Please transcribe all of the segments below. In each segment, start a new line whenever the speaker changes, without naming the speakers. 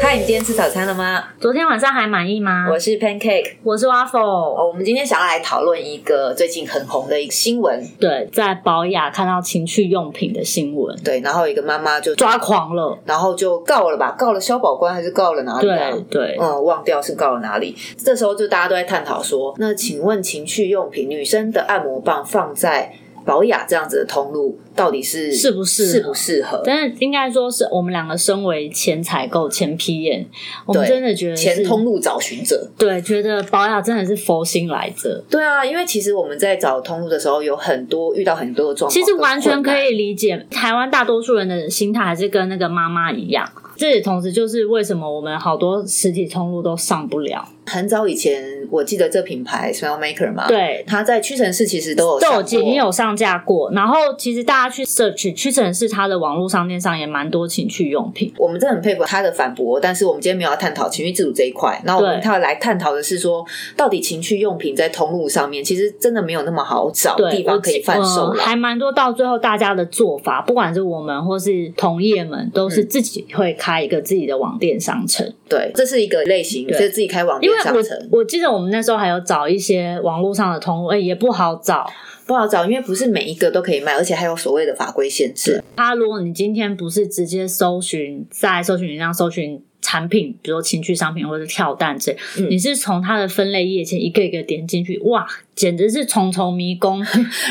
嗨，你今天吃早餐了吗？
昨天晚上还满意吗？
我是 Pancake。
我是 Waffle。
哦，我们今天想要来讨论一个最近很红的一个新闻，
对，在保雅看到情趣用品的新闻，
对，然后一个妈妈就
抓，狂了。
然后就告了吧，告了消保官还是告了哪里、啊？
对对，
嗯，忘掉是告了哪里。这时候就大家都在探讨说，那请问情趣用品，女生的按摩棒放在保雅这样子的通路，到底是
适不适合
适不适合？
但是应该说是我们两个身为前采购、前批验，我们
对
真的觉得是
前通路找寻者，
对，觉得保雅真的是佛心来着。
对啊，因为其实我们在找通路的时候，有很多遇到很多的状况，
其实完全可。以理解，台湾大多数人的心态还是跟那个妈妈一样。这也同时就是为什么我们好多实体通路都上不了，
很早以前，我记得这品牌 Smell Maker 嘛，，
对，
它在屈臣氏其实都有
都有
上过
已经有上架过。然后其实大家去 search 屈臣氏它的网络商店上也蛮多情趣用品，
我们真的很佩服他的反驳，但是我们今天没有要探讨情绪自主这一块。那我们
对
要来探讨的是说，到底情趣用品在通路上面，其实真的没有那么好找
对，
地方可以贩售
我记
了
呃。还蛮多。到最后大家的做法，不管是我们或是同业们，都是自己会开一个自己的网店商城。
对，这是一个类型，
对
就是自己开网嗯
因
店
为
商城
我我记得我们那时候还有找一些网络上的通路，哎、也不好找。
不好找，因为不是每一个都可以卖，而且还有所谓的法规限制。
他如果你今天不是直接搜寻在搜寻引擎上搜寻产品，比如说情趣商品或者是跳蛋这，
嗯
你是从它的分类页前一个一个点进去，哇，简直是重重迷 宫，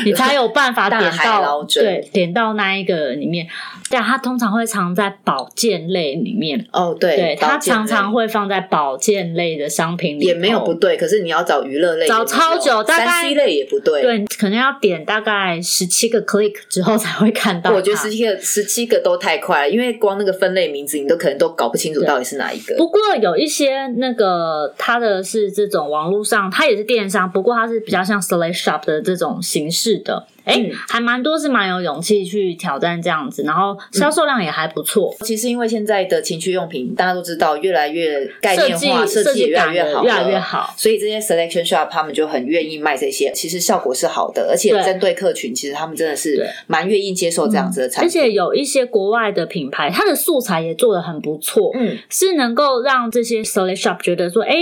你才有办法
大
点
海捞
到
针
对点到那一个里面。但它通常会藏在保健类里面，
哦，对，
对，它
保健类
常常会放在保健类的商品里头，
也没有不对，可是你要找娱乐类也没有，
找超久大概
三 C 类也不对。
对，可能要点大概十七个 click 之后才会看到它。
我觉得十七个十七个都太快了，因为光那个分类名字，你都可能都搞不清楚
对
到底是哪一个。
不过有一些那个它的是这种网络上，它也是电商，不过它是比较像 Select Shop 的这种形式的。哎、
嗯
还蛮多是蛮有勇气去挑战这样子，然后销售量也还不错，
其实因为现在的情趣用品，大家都知道越来越概
设
念
计
化，设计也
计
越来
感
越
也
好，
越来越。好。
所以这些 selection shop 他们就很愿意卖这些，其实效果是好的，而且
对
针对客群，其实他们真的是
对
蛮愿意接受这样子的产
而
品。
且有一些国外的品牌，它的素材也做的很不错，
嗯，
是能够让这些 select shop 觉得说，哎、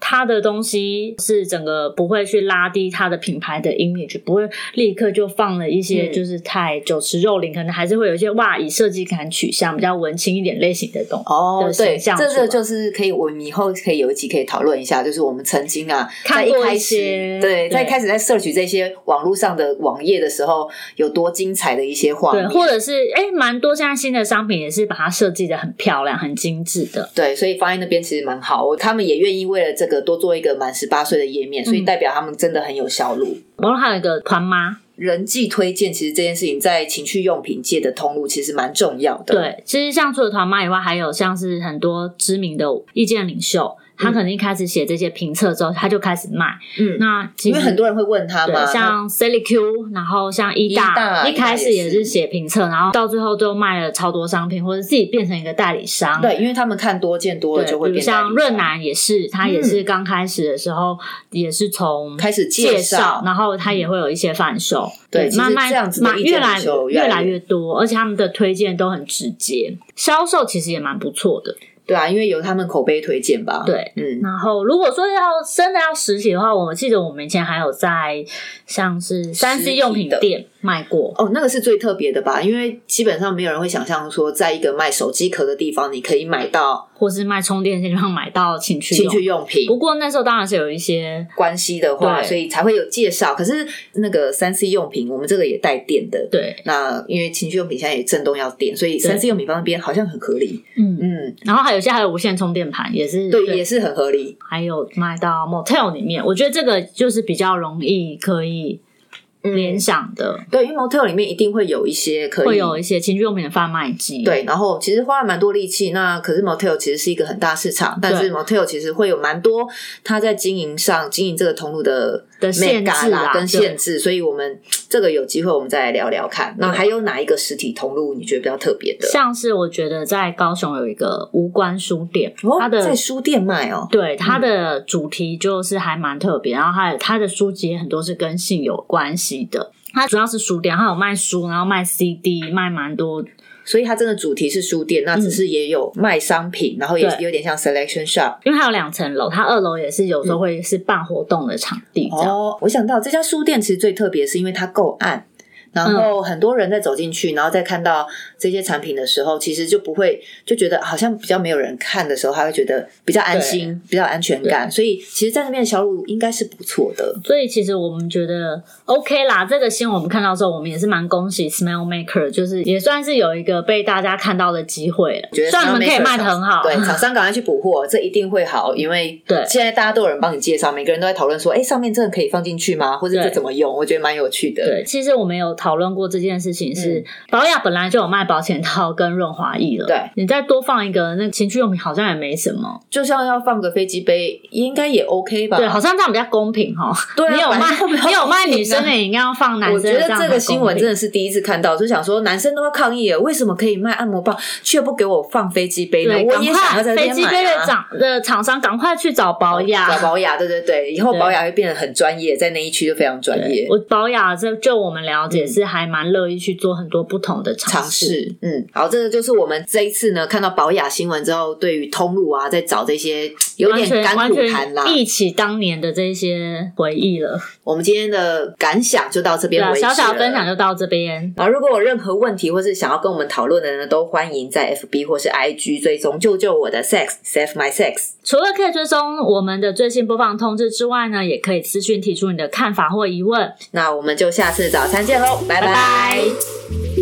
它的东西是整个不会去拉低它的品牌的 image，不会立刻就放了一些
嗯
就是太酒池肉林，可能还是会有一些哇，以设计感取向比较文青一点类型的东西。
哦
的，
对，
形象
这
出
个
来
就是可以，我们以后可以有一集可以讨论一下，就是我们曾经啊，在
看
一
过
开
一
始
些
对，在
对
开始在摄取这些网络上的网页的时候，有多精彩的一些画
对，
面。
或者是哎，蛮、多现在新的商品也是把它设计的很漂亮、很精致的。
对，所以放在那边其实蛮好，他们也愿意为了这个多做一个满十八岁的页面，所
嗯
以代表他们真的很有销路。
网络还有一个团妈，
人际推荐，其实这件事情在情趣用品界的通路其实蛮重要的。，
对，其实像除了团妈以外，还有像是很多知名的意见领袖，他可能一开始写这些评测之后，他就开始卖。
嗯
那其
因
实
为很多人会问他嘛，
对，像 Sally Q，然后像一
一大 E
大，一开始
一大也
也
是
是写评测，然后到最后都卖了超多商品，或者自己变成一个代理商。
对，因为他们看多见多了就
对，
会
比如
变代理
像
商
润南也是，他也
嗯
是刚开始的时候也是从
开始绍
介
嗯
绍，，然后他也会有一些贩售，
对其实
慢慢
这样子的
慢
意见
越来
领袖越
越
来
来
越
越多，而且他们的推荐都很直接，销售其实也蛮不错的。
对啊，因为有他们口碑推荐吧。，
对，
嗯，
然后如果说要真的要实体的话，我记得我们以前还有在像是三
实
C
体
用品
的
店卖过，
哦，那个是最特别的吧，因为基本上没有人会想象说，在一个卖手机壳的地方，你可以买到
或是卖充电线上买到情趣
情
用
趣。用品。
不过那时候当然是有一些
关系的话，
对
所以才会有介绍。可是那个三 C 用品，我们这个也带电的。
对，
那因为情趣用品现在也震动要电，所以三 C 用品放那边好像很合理。
嗯，
嗯，
然后还有一些还有无线充电盘也是
对，也是很合理。
还有卖到 motel 里面，我觉得这个就是比较容易可以联想的，
嗯对，因为 motel 里面一定会有一些可以
会有一些情趣用品的贩卖机，
对，然后其实花了蛮多力气。那可是 motel 其实是一个很大市场，但是 motel 其实会有蛮多他在经营上经营这个通路的
的限制
mega 啦跟
对
限制，所以我们这个有机会我们再来聊聊看。那还有哪一个实体通路你觉得比较特别的？
像是我觉得在高雄有一个无关书店，它
哦，
的
在书店卖哦，
对，它的主题就是还蛮特别，然后还有它的书籍也很多是跟性有关系的。它主要是书店，它有卖书，然后卖 CD，卖蛮多。
所以它真的主题是书店，那只是也有卖商品，然后也
嗯对
有点像 selection shop。
因为它有两层楼，它二楼也是有时候会是办活动的场地这
嗯
样。
哦，我想到这家书店其实最特别，是因为它够暗，然
嗯
后很多人在走进去，然后再看到这些产品的时候，其实就不会就觉得好像比较没有人看的时候，他会觉得比较安心，比较有安全感。所以其实，在那边的销路应该是不错的。
所以其实我们觉得 OK 啦，这个新闻我们看到之后，我们也是蛮恭喜 Smell Maker，就是也算是有一个被大家看到的机会了。
觉得
虽然你们可以卖的很好，
对， 厂商赶快去补货，这一定会好，因为
对
现在大家都有人帮你介绍，每个人都在讨论说，哎，上面真的可以放进去吗？或者这
对
怎么用？我觉得蛮有趣的。
对，其实我们有讨论过这件事情是，
嗯
保雅本来就有卖保险套跟润滑液了，
对，
你再多放一个那个情趣用品好像也没什么，
就像要放个飞机杯，应该也 OK 吧？
对，好像这样比较公平哈。
啊对啊
你有
本来就比较
卖，你有卖
公平啊
女生的，也应该要放男
我
生的，
觉得
样
这
才
个新闻
公平
真的是第一次看到，就想说男生都要抗议了，为什么可以卖按摩棒，却不给我放飞机杯呢？
对，
我
赶
也想要
快
在这
飞
边
机
买
杯的
啊。
厂的厂商赶快去找保雅，
找保雅，对对对，以后
对
保雅会变得很专业，在那一区就非常专业嗯
我保雅这就我们了解是还蛮乐意去做很多不同的尝
尝试。嗯，好，这个就是我们这一次呢看到保雅新闻之后，对于通路啊，在找这些有
完
点
全
甘
完
苦谈啦
全。忆起当年的这些回忆了，
我们今天的感想就到这
对
边
啊，
为止
小小分享
了
就到这边。
啊，如果有任何问题或是想要跟我们讨论的呢，都欢迎在 FB 或是 IG 追踪救救我的 sex save my sex。
除了可以追踪我们的最新播放通知之外呢，也可以私讯提出你的看法或疑问。
那我们就下次早餐见喽，拜
拜
拜
拜